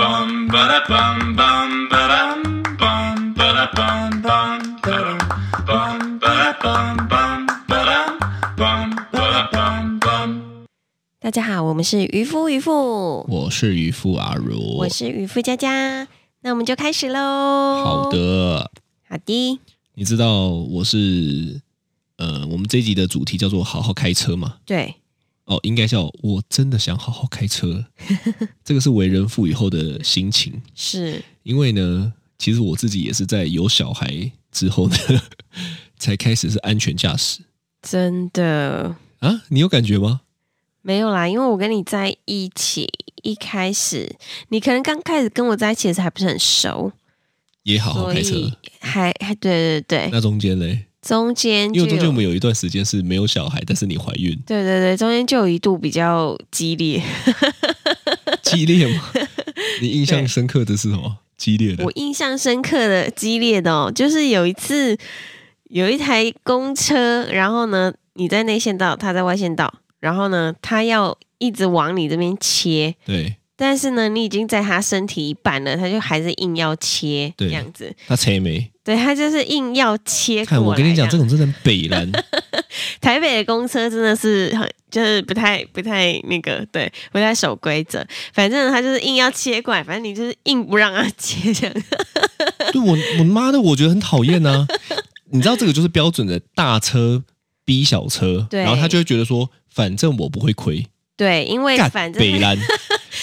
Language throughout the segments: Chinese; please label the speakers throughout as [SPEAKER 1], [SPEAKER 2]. [SPEAKER 1] bum ba da bum bum ba dum bum ba da bum bum ba dum bum ba da bum bum ba dum bum ba da bum bum.
[SPEAKER 2] 大家好，我们是渔夫渔妇，
[SPEAKER 3] 我是渔夫阿如，
[SPEAKER 2] 我是哦渔夫佳佳，那我们就开始喽。
[SPEAKER 3] 好，的。
[SPEAKER 2] 好的，
[SPEAKER 3] 你知道我是呃，我们这一集的主题叫做“好好开车”嘛？
[SPEAKER 2] 对，
[SPEAKER 3] 哦，应该叫“我真的想好好 开车” 。这个是为人父以后的心情，
[SPEAKER 2] 是
[SPEAKER 3] 因为呢，其实我自己也是在有小孩之后呢， 才开始是安全驾驶
[SPEAKER 2] 真的
[SPEAKER 3] 啊。你有感觉吗？
[SPEAKER 2] 没有啦，因为我跟你在一起一开始，你可能刚开始跟我在一起的时候还不是很熟，
[SPEAKER 3] 也好好
[SPEAKER 2] 所
[SPEAKER 3] 哦开
[SPEAKER 2] 以
[SPEAKER 3] 车。
[SPEAKER 2] 还还对对对，
[SPEAKER 3] 那中间嘞，
[SPEAKER 2] 中间
[SPEAKER 3] 因
[SPEAKER 2] 就
[SPEAKER 3] 为中间
[SPEAKER 2] 有，
[SPEAKER 3] 我们有一段时间是没有小孩，但是你怀孕
[SPEAKER 2] 对对对，中间就有一度比较激烈。
[SPEAKER 3] 激烈 吗？你印
[SPEAKER 2] 对
[SPEAKER 3] 象深刻的是什么？激烈 的
[SPEAKER 2] 我印象深刻的、激烈的哦，就是有一次有一台公车，然后呢，你在内线道，他在外线道，然后呢，他要一直往你这边切，
[SPEAKER 3] 对，
[SPEAKER 2] 但是呢，你已经在他身体一半了，他就还是硬要切，这
[SPEAKER 3] 对
[SPEAKER 2] 样子，
[SPEAKER 3] 他才没。
[SPEAKER 2] 对他就是硬要切过
[SPEAKER 3] 看，
[SPEAKER 2] 哎来。
[SPEAKER 3] 哎我跟你讲，这
[SPEAKER 2] 样
[SPEAKER 3] 种真的很北蓝，
[SPEAKER 2] 台北的公车真的是很，就是不太不太那个，对，不太守规则。反正呢他就是硬要切过来，反正你就是硬不让他切这样。
[SPEAKER 3] 对我我妈的，我觉得很讨厌 呐、你知道这个就是标准的大车逼小车，
[SPEAKER 2] 对
[SPEAKER 3] 然后他就会觉得说，反正我不会亏，
[SPEAKER 2] 对，因为
[SPEAKER 3] 干
[SPEAKER 2] 哎反正
[SPEAKER 3] 北蓝，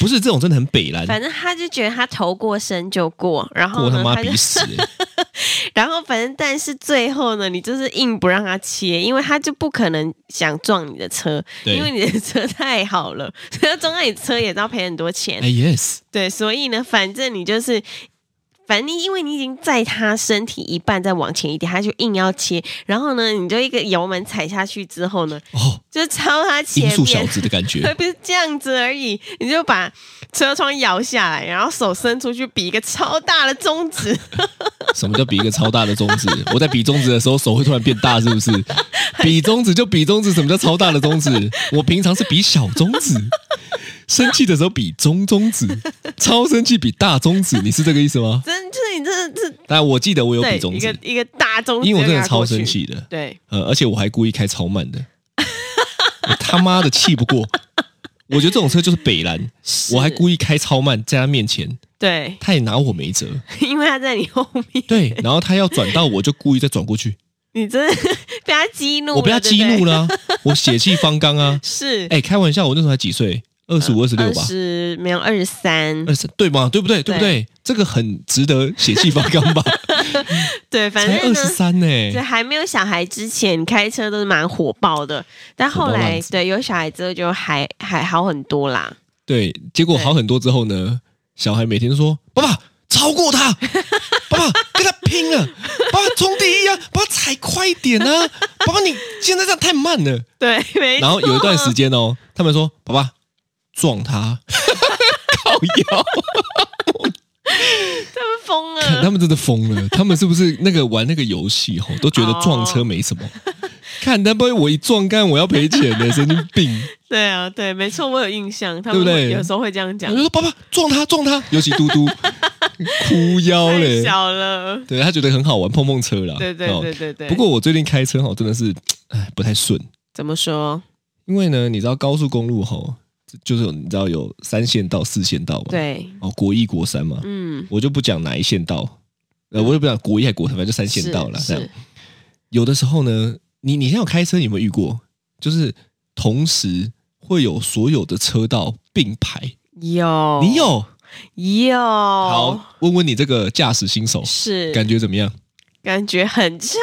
[SPEAKER 3] 不是这种真的很北蓝，
[SPEAKER 2] 反正他就觉得他头过身就过，然后
[SPEAKER 3] 过他
[SPEAKER 2] 呢，
[SPEAKER 3] 妈
[SPEAKER 2] 就
[SPEAKER 3] 逼，死、欸
[SPEAKER 2] 然后反正但是最后呢，你就是硬不让他切，因为他就不可能想撞你的车，因为
[SPEAKER 3] 对，
[SPEAKER 2] 你的车太好了， 所以他撞到你车也是要赔很多钱。
[SPEAKER 3] 哎 yes，
[SPEAKER 2] 对，所以呢，反正你就是。反正你因为你已经在他身体一半再往前一点，他就硬要切，然后呢，你就一个油门踩下去之后呢，
[SPEAKER 3] 哦，
[SPEAKER 2] 就超他
[SPEAKER 3] 音
[SPEAKER 2] 前
[SPEAKER 3] 速
[SPEAKER 2] 面
[SPEAKER 3] 小，子的 感觉，
[SPEAKER 2] 还不是这样子而已，你就把车窗摇下来，然后手伸出去比一个超大的中指，
[SPEAKER 3] 什么叫比一个超大的中指？ 我在比中指的时候，手会突然变大，是不 是？比中指就比中指，什么叫超大的中指？我平常是比小中指，生气的时候比中中指，超生气比大中指，你是这个意思吗？
[SPEAKER 2] 真就是你真的是
[SPEAKER 3] 但我记得我有
[SPEAKER 2] 对
[SPEAKER 3] 比中
[SPEAKER 2] 一个
[SPEAKER 3] 指，
[SPEAKER 2] 一个大中指，
[SPEAKER 3] 因为我真的超生，气的，
[SPEAKER 2] 对，
[SPEAKER 3] 呃，而且我还故意开超慢 的，我他妈的气不过。我觉得这种车就是北蓝，我还故意开超慢在他面前，
[SPEAKER 2] 对，
[SPEAKER 3] 他也拿我没辙。
[SPEAKER 2] 因为他在你后面，
[SPEAKER 3] 对，然后他要转到我就故意再转过去，
[SPEAKER 2] 你真的被他激怒了，
[SPEAKER 3] 我被他激怒
[SPEAKER 2] 了，
[SPEAKER 3] 了啊、我血气方刚 啊！
[SPEAKER 2] 是
[SPEAKER 3] 哎、开玩笑，我那时候才几岁，二十五、二十六吧，呃
[SPEAKER 2] 十没有二十三，
[SPEAKER 3] 二十对吧？对不对？对不对？这个很值得血气方刚吧？
[SPEAKER 2] 对， 反
[SPEAKER 3] 才
[SPEAKER 2] 正
[SPEAKER 3] 二
[SPEAKER 2] 呢
[SPEAKER 3] 十。三呢，
[SPEAKER 2] 就还没有小孩之前，开车都是蛮火爆的，但后
[SPEAKER 3] 火爆
[SPEAKER 2] 来
[SPEAKER 3] 浪子
[SPEAKER 2] 对有小孩之后就还还好很多啦。
[SPEAKER 3] 对，结果好很多之后呢，小孩每天都说：“爸爸超过他， 爸爸跟他拼 了，爸爸冲第一啊，爸爸踩快一点啊， 爸爸你现在这样太慢了。”
[SPEAKER 2] 对， 没错。
[SPEAKER 3] 然后有一段时间哦，他们说：“爸爸撞他， 靠腰。”
[SPEAKER 2] 他们疯了，
[SPEAKER 3] 看他们真的疯了，他们是不是那个玩那个游戏吼，都觉得撞车没什么？
[SPEAKER 2] 哦
[SPEAKER 3] 看，但不会我一撞干我要赔钱的，神经 病！
[SPEAKER 2] 对啊，对，没错，我有印象，他
[SPEAKER 3] 对
[SPEAKER 2] 们
[SPEAKER 3] 不对嗯
[SPEAKER 2] 会有时候会这样
[SPEAKER 3] 我
[SPEAKER 2] 讲
[SPEAKER 3] 就。说爸爸撞他撞他，尤其 嘟嘟哭腰
[SPEAKER 2] 太
[SPEAKER 3] 嘞，
[SPEAKER 2] 小了，
[SPEAKER 3] 对他觉得很好玩碰碰车啦。
[SPEAKER 2] 对对
[SPEAKER 3] 哦
[SPEAKER 2] 对对对。
[SPEAKER 3] 啊不过我最近开车吼真的是哎不太顺，
[SPEAKER 2] 怎么说？
[SPEAKER 3] 因为呢你知道高速公路吼就是有你知道有三线道四线道嘛，，
[SPEAKER 2] 对，
[SPEAKER 3] 哦国一国三嘛，
[SPEAKER 2] 嗯，
[SPEAKER 3] 我就不讲哪一线道，呃我就不讲国一还国三，反正就三线道啦。
[SPEAKER 2] 是
[SPEAKER 3] 这样
[SPEAKER 2] 是。
[SPEAKER 3] 有的时候呢，你你现在有开车有没有遇过？就是同时会有所有的车道并排，
[SPEAKER 2] 有，
[SPEAKER 3] 你有？
[SPEAKER 2] 有，
[SPEAKER 3] 好，问问你这个驾驶新手
[SPEAKER 2] 是
[SPEAKER 3] 感觉怎 么样？
[SPEAKER 2] 感觉很差，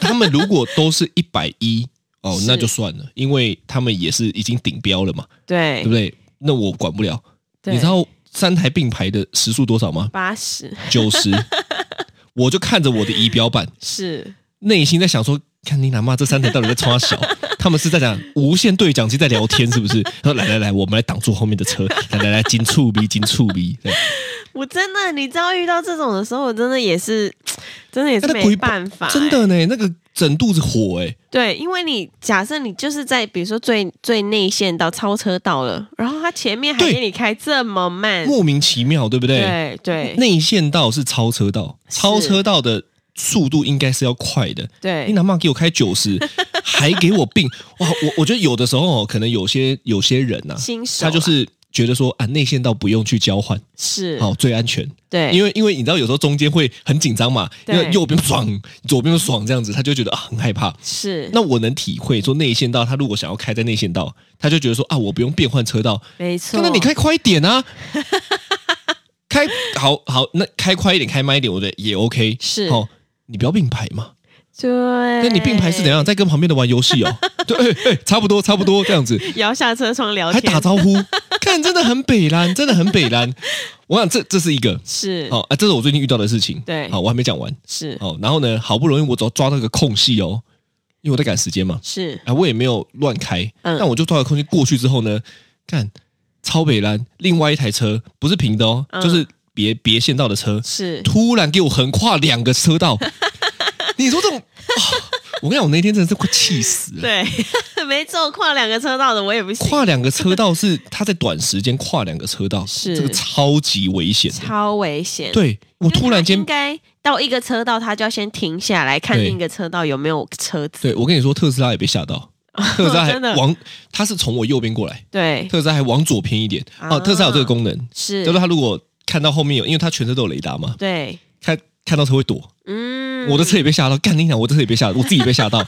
[SPEAKER 3] 他们如果都是一百一哦，
[SPEAKER 2] 是
[SPEAKER 3] 那就算了，因为他们也是已经顶标了嘛，
[SPEAKER 2] 对
[SPEAKER 3] 对不对？那我管不了。你知道三台并排的时速多少吗？
[SPEAKER 2] 八十
[SPEAKER 3] 九 十。我就看着我的仪表板，
[SPEAKER 2] 是
[SPEAKER 3] 内心在想说，看你哪妈这三台到底在冲 他小？他们是在讲无线对讲机在聊天，是不是？他说来来来，我们来挡住后面的车，来来来，紧促逼，紧促逼。对
[SPEAKER 2] 我真的，你知道遇到这种的时候，我真的也是，真的也是
[SPEAKER 3] 那
[SPEAKER 2] 没
[SPEAKER 3] 鬼
[SPEAKER 2] 办法、
[SPEAKER 3] 真
[SPEAKER 2] 欸
[SPEAKER 3] 的呢，那个整肚子火哎、
[SPEAKER 2] 对，因为你假设你就是在比如说最最内线到超车道了，然后他前面还
[SPEAKER 3] 对
[SPEAKER 2] 给你开这么慢，
[SPEAKER 3] 莫名其妙，对不对？
[SPEAKER 2] 对对
[SPEAKER 3] 内线道是超车道，
[SPEAKER 2] 是
[SPEAKER 3] 超车道的速度应该是要快的。你
[SPEAKER 2] 对
[SPEAKER 3] 哪怕给我开 九十，还给我病哇！我我觉得有的时候哦可能有些有些人呐、
[SPEAKER 2] 新手啊
[SPEAKER 3] 他
[SPEAKER 2] 啦
[SPEAKER 3] 就是觉得说啊，内线道不用去交换，
[SPEAKER 2] 是
[SPEAKER 3] 好、最安全。
[SPEAKER 2] 对，
[SPEAKER 3] 因
[SPEAKER 2] 为
[SPEAKER 3] 为因为你知道有时候中间会很紧张嘛，因
[SPEAKER 2] 哎对
[SPEAKER 3] 为右边爽，左边爽这样子，他就觉得啊很害怕。
[SPEAKER 2] 是
[SPEAKER 3] 那我能体会说内线道，他如果想要开在内线道，他就觉得说啊，我不用变换车道，
[SPEAKER 2] 没错，
[SPEAKER 3] 那那你开快一点 啊，开好好那开快一点，开慢一点，我觉得也 OK。
[SPEAKER 2] 是
[SPEAKER 3] 哦，你不要并排嘛。
[SPEAKER 2] 对，
[SPEAKER 3] 那你并排是怎样？在跟旁边的玩游 戏哦？对，哎、哎差不多，差不多这样子，
[SPEAKER 2] 摇下车窗聊
[SPEAKER 3] 还
[SPEAKER 2] 天，
[SPEAKER 3] 打招呼，看真的很北蓝，真的很北蓝。我想这这是一个
[SPEAKER 2] 是
[SPEAKER 3] 好、啊，这是我最近遇到的事情。
[SPEAKER 2] 对
[SPEAKER 3] 好，我还没讲完。
[SPEAKER 2] 是
[SPEAKER 3] 好，然后呢，好不容易我抓抓到一个空隙哦，因为我在赶时间嘛，
[SPEAKER 2] 是
[SPEAKER 3] 啊，我也没有乱开，
[SPEAKER 2] 嗯
[SPEAKER 3] 但我就抓到空隙过去之后呢，看超北蓝另外一台车不是平的哦，
[SPEAKER 2] 嗯
[SPEAKER 3] 就是别别线道的车，
[SPEAKER 2] 是，
[SPEAKER 3] 突然给我横跨两个车 道，你说这种，哦我跟你讲，我那天真的是快气死了。
[SPEAKER 2] 对， 没错，跨两个车道的我也不行，
[SPEAKER 3] 跨两个车道是他在短时间跨两个车道，
[SPEAKER 2] 是
[SPEAKER 3] 这个超级危险的。
[SPEAKER 2] 超危险，
[SPEAKER 3] 对我
[SPEAKER 2] 因为
[SPEAKER 3] 突然
[SPEAKER 2] 他应
[SPEAKER 3] 间，
[SPEAKER 2] 该到一个车道，他就要先停下来看
[SPEAKER 3] 对
[SPEAKER 2] 另一个车道有没有车子。
[SPEAKER 3] 对我跟你说，特斯拉也被吓到，特斯拉还
[SPEAKER 2] 哦真的
[SPEAKER 3] 往他是从我右边过来，
[SPEAKER 2] 对，
[SPEAKER 3] 特斯拉还往左偏一点。哦，
[SPEAKER 2] 啊
[SPEAKER 3] 特斯拉有这个功能，
[SPEAKER 2] 是，
[SPEAKER 3] 就是他如果看到后面有，因为他全车都有雷达嘛，
[SPEAKER 2] 对，
[SPEAKER 3] 看看到车会躲。
[SPEAKER 2] 嗯，
[SPEAKER 3] 我的车也被吓到，干你讲，我的车也被吓到，我自己被 吓到。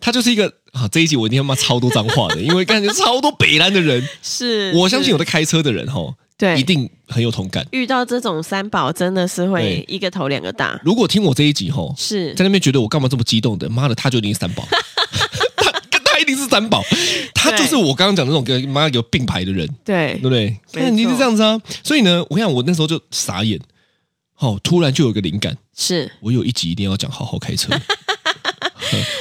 [SPEAKER 3] 他就是一个啊，这一集我一定要骂超多脏话的，因为感觉超多北兰的人，
[SPEAKER 2] 是，
[SPEAKER 3] 我相信有
[SPEAKER 2] 的
[SPEAKER 3] 在开车的人哈，
[SPEAKER 2] 对，
[SPEAKER 3] 一定很有同感。
[SPEAKER 2] 遇到这种三宝真的是会
[SPEAKER 3] 对
[SPEAKER 2] 一个头两个大，
[SPEAKER 3] 如果听我这一集吼，
[SPEAKER 2] 是
[SPEAKER 3] 在那边觉得我干嘛这么激动的，妈的，他就一定是三 宝，他他一定是三宝，他就是我刚刚讲的那种跟妈有并排的人，
[SPEAKER 2] 对
[SPEAKER 3] 对不对？
[SPEAKER 2] 没
[SPEAKER 3] 那
[SPEAKER 2] 错
[SPEAKER 3] 你是这样子啊，所以呢，我跟你讲，我那时候就傻眼，哦，突然就有一个灵感，
[SPEAKER 2] 是
[SPEAKER 3] 我有一集一定要讲好好开车。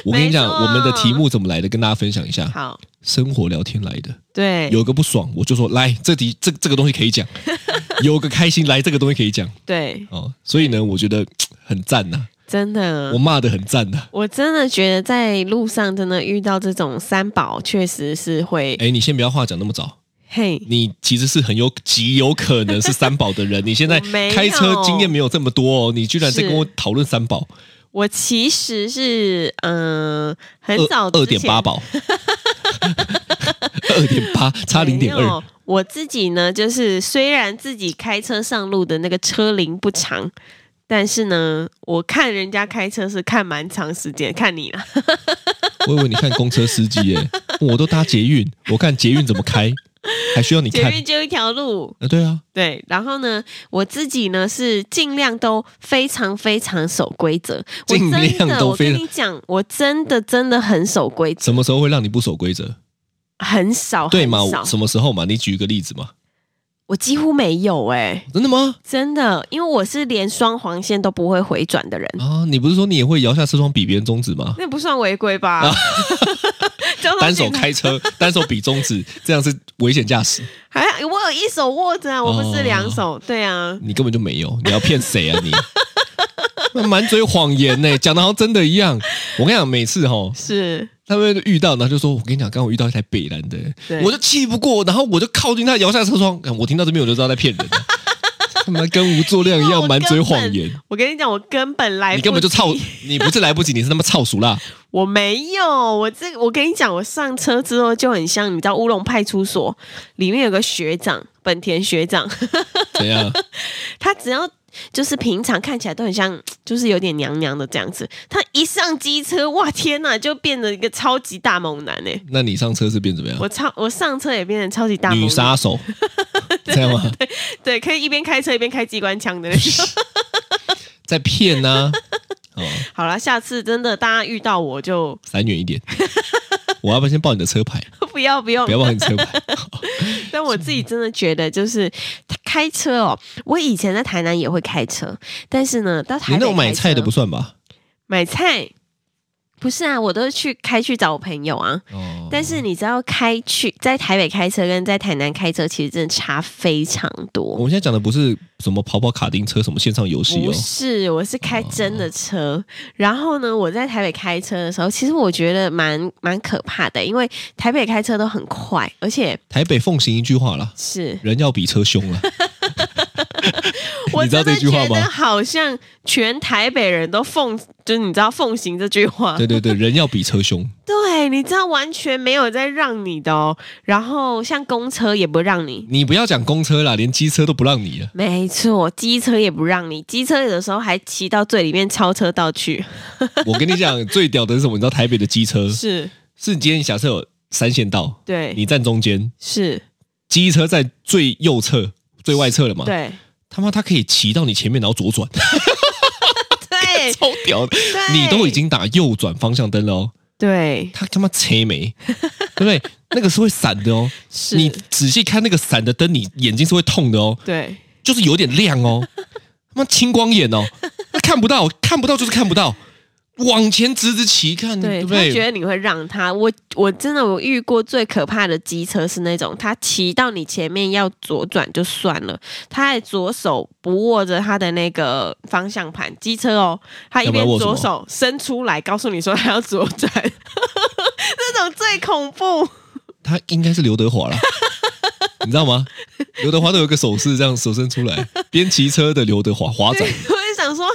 [SPEAKER 3] 我跟你讲，
[SPEAKER 2] 没错
[SPEAKER 3] 我们的题目怎么来的，跟大家分享一下。
[SPEAKER 2] 好，
[SPEAKER 3] 生活聊天来的，
[SPEAKER 2] 对，
[SPEAKER 3] 有个不爽，我就说来，这题这这个东西可 以讲；有个开心，来这个东西可以讲。
[SPEAKER 2] 对，
[SPEAKER 3] 哦，所以呢，我觉得很赞呐、
[SPEAKER 2] 真的
[SPEAKER 3] 我，骂的很赞呐、
[SPEAKER 2] 我真的觉得在路上真的遇到这种三宝，确实是会
[SPEAKER 3] 哎，你先不要话讲那么早，
[SPEAKER 2] 嘿。
[SPEAKER 3] 你其实是很有极有可能是三宝的人。你现在
[SPEAKER 2] 我没有
[SPEAKER 3] 开车经验没有这么多哦，你居然在
[SPEAKER 2] 是
[SPEAKER 3] 跟我讨论三宝，
[SPEAKER 2] 我其实是嗯、呃很早
[SPEAKER 3] 二二点八
[SPEAKER 2] 吧。
[SPEAKER 3] 宝，二点八差零点
[SPEAKER 2] 没
[SPEAKER 3] 二
[SPEAKER 2] 有。我自己呢，就是虽然自己开车上路的那个车龄不长，但是呢，我看人家开车是看蛮长时间，看你啦，
[SPEAKER 3] 我以为你看公车司机耶，我都搭捷运，我看捷运怎么开，还需要你
[SPEAKER 2] 前
[SPEAKER 3] 看？
[SPEAKER 2] 面就一条路。
[SPEAKER 3] 啊，对啊，
[SPEAKER 2] 对，然后呢，我自己呢是尽量都非常非常守规则，我
[SPEAKER 3] 尽
[SPEAKER 2] 真
[SPEAKER 3] 量
[SPEAKER 2] 的，
[SPEAKER 3] 都
[SPEAKER 2] 我
[SPEAKER 3] 非
[SPEAKER 2] 跟
[SPEAKER 3] 常
[SPEAKER 2] 你讲，我真的真的很守规则，
[SPEAKER 3] 什么时候会让你不守规则？
[SPEAKER 2] 很少，
[SPEAKER 3] 对
[SPEAKER 2] 很
[SPEAKER 3] 嘛？
[SPEAKER 2] 少
[SPEAKER 3] 我什么时候嘛？你举一个例子嘛？
[SPEAKER 2] 我几乎没有哎、
[SPEAKER 3] 真的吗？
[SPEAKER 2] 真的，因为我是连双黄线都不会回转的人。
[SPEAKER 3] 啊，你不是说你也会摇下车窗比别人中指吗？
[SPEAKER 2] 那不算违规吧？ 交通
[SPEAKER 3] 哦单手
[SPEAKER 2] 警察
[SPEAKER 3] 开车，单手比中指，这样是危险驾驶。
[SPEAKER 2] 还好我有一手握着啊，我不是
[SPEAKER 3] 哦
[SPEAKER 2] 两手，对啊，
[SPEAKER 3] 你根本就没有，你要骗谁啊你？ 那满嘴谎言呢、讲的好像真的一样。我跟你讲，每次哈，
[SPEAKER 2] 是
[SPEAKER 3] 他们遇到，然后就说：“我跟你讲，刚刚我遇到一台北兰的
[SPEAKER 2] 对，
[SPEAKER 3] 我就气不过，然后我就靠近他，摇下车窗。干我听到这边，我就知道在骗人了，他妈跟无作量一样，满嘴谎言。
[SPEAKER 2] 我跟你讲，我根本来不及，
[SPEAKER 3] 你根本就操，你不是来不及，你是他妈操熟啦！
[SPEAKER 2] 我没有，我这我跟你讲，我上车之后就很像，你知道乌龙派出所里面有个学长，本田学长，
[SPEAKER 3] 怎样？
[SPEAKER 2] 他只要就是平常看起来都很像，就是有点娘娘的这样子，他一上机车，哇天呐，就变成一个超级大猛男哎、
[SPEAKER 3] 那你上车是变怎么样？
[SPEAKER 2] 我超我上车也变成超级大猛
[SPEAKER 3] 女
[SPEAKER 2] 男，欸
[SPEAKER 3] 杀手，这样吗？
[SPEAKER 2] 对，可以一边开车一边开机关枪的那种。
[SPEAKER 3] 在骗呐、哦，
[SPEAKER 2] 好了，下次真的大家遇到我就
[SPEAKER 3] 闪远一点。我要不要先报你的车牌？
[SPEAKER 2] 不要不用
[SPEAKER 3] 不要，报你车牌。
[SPEAKER 2] 但我自己真的觉得就是开车哦，我以前在台南也会开车，但是呢，到
[SPEAKER 3] 你
[SPEAKER 2] 台
[SPEAKER 3] 那
[SPEAKER 2] 北
[SPEAKER 3] 种买
[SPEAKER 2] 开车
[SPEAKER 3] 菜的不算吧？
[SPEAKER 2] 买菜。不是啊，我都是去开去找我朋友啊。
[SPEAKER 3] 哦，
[SPEAKER 2] 但是你知道开去在台北开车跟在台南开车其实真的差非常
[SPEAKER 3] 我
[SPEAKER 2] 多。
[SPEAKER 3] 们现在讲的不是什么跑跑卡丁车、什么线上游戏
[SPEAKER 2] 不
[SPEAKER 3] 哦，
[SPEAKER 2] 是，我是开真的车。然后呢，我在台北开车的时候，其实我觉得蛮蛮可怕的，因为台北开车都很快，而且
[SPEAKER 3] 台北奉行一句话啦，
[SPEAKER 2] 是
[SPEAKER 3] 人要比车凶 啊啦。
[SPEAKER 2] 我
[SPEAKER 3] 你知道
[SPEAKER 2] 真的
[SPEAKER 3] 这句
[SPEAKER 2] 觉
[SPEAKER 3] 话
[SPEAKER 2] 得
[SPEAKER 3] 吗？
[SPEAKER 2] 好像全台北人都奉，就是你知道奉行这句话，
[SPEAKER 3] 对对对，人要比车凶。
[SPEAKER 2] 对，你知道完全没有在让你的哦。然后像公车也不让你，
[SPEAKER 3] 你不要讲公车啦，连机车都不让你了。啊
[SPEAKER 2] 没错，机车也不让你，机车有的时候还骑到最里面超车道 去，
[SPEAKER 3] 我跟你讲，最屌的是什么？你知道台北的机车
[SPEAKER 2] 是
[SPEAKER 3] 是今天假设有三线道，
[SPEAKER 2] 对，
[SPEAKER 3] 你站中间，
[SPEAKER 2] 是
[SPEAKER 3] 机车在最右侧、最外侧了嘛？，
[SPEAKER 2] 对
[SPEAKER 3] 他妈他可以骑到你前面，然后左转，
[SPEAKER 2] 对
[SPEAKER 3] 超屌的！
[SPEAKER 2] 对，
[SPEAKER 3] 你都已经打右转方向灯了哦，
[SPEAKER 2] 对
[SPEAKER 3] 他他妈切没， 对不对？那个是会闪的哦，
[SPEAKER 2] 是，
[SPEAKER 3] 你仔细看那个闪的灯，你眼睛是会痛的哦，
[SPEAKER 2] 对
[SPEAKER 3] 就是有点亮哦，他妈青光眼哦，那看不到，看不到就是看不到，往前直直骑，看
[SPEAKER 2] 对，
[SPEAKER 3] 不
[SPEAKER 2] 他觉
[SPEAKER 3] 嗯对？
[SPEAKER 2] 得你会让他，我我真的我遇过最可怕的机车是那种，他骑到你前面要左转就算了，他还左手不握着他的那个方向盘，机车哦，他一
[SPEAKER 3] 要
[SPEAKER 2] 边
[SPEAKER 3] 不然握什
[SPEAKER 2] 左
[SPEAKER 3] 么
[SPEAKER 2] 手伸出来，告诉你说他要左转， 那种最恐怖。
[SPEAKER 3] 他应该是刘德华啦， 你知道吗？刘德华都有一个手势，这样手伸出来，边骑车的刘德华华仔
[SPEAKER 2] 对，，我就想说，